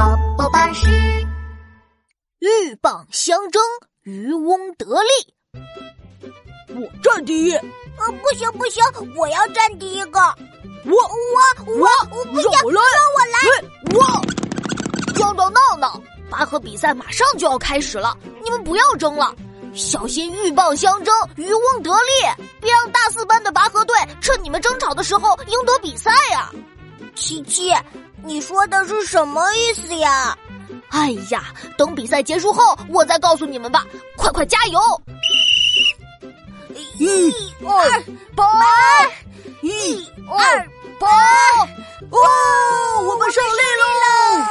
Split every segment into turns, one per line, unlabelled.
老师，
鹬蚌相争，渔翁得利。我占第一，
呃，不行不行，我要占第一个，
我我我我不行，让我来，让我来，我。壮壮闹闹，拔河比赛马上就要开始了，你们不要争了，小心鹬蚌相争，渔翁得利，别让大四班的拔河队趁你们争吵的时候赢得比赛啊呀、
琪琪，你说的是什么意思呀？
哎呀，等比赛结束后我再告诉你们吧，快快加油！
一二八，一二八，
哇、我们胜利喽！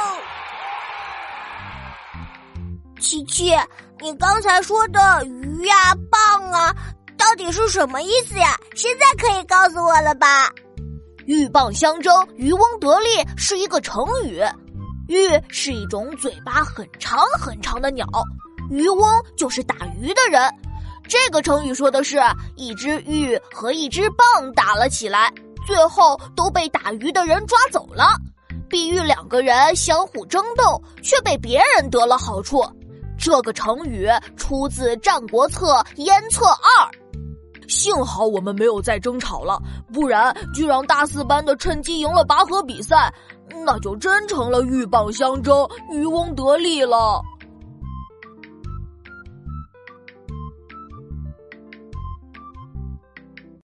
琪琪，你刚才说的鱼呀、棒啊，到底是什么意思呀？现在可以告诉我了吧？
鹬蚌相争，渔翁得利是一个成语。鹬是一种嘴巴很长很长的鸟，渔翁就是打鱼的人。这个成语说的是一只鹬和一只蚌打了起来，最后都被打鱼的人抓走了。比喻两个人相互争斗，却被别人得了好处。这个成语出自《战国策·燕策二》。幸好我们没有再争吵了，不然就让大四班的趁机赢了拔河比赛，那就真成了鹬蚌相争、渔翁得利了。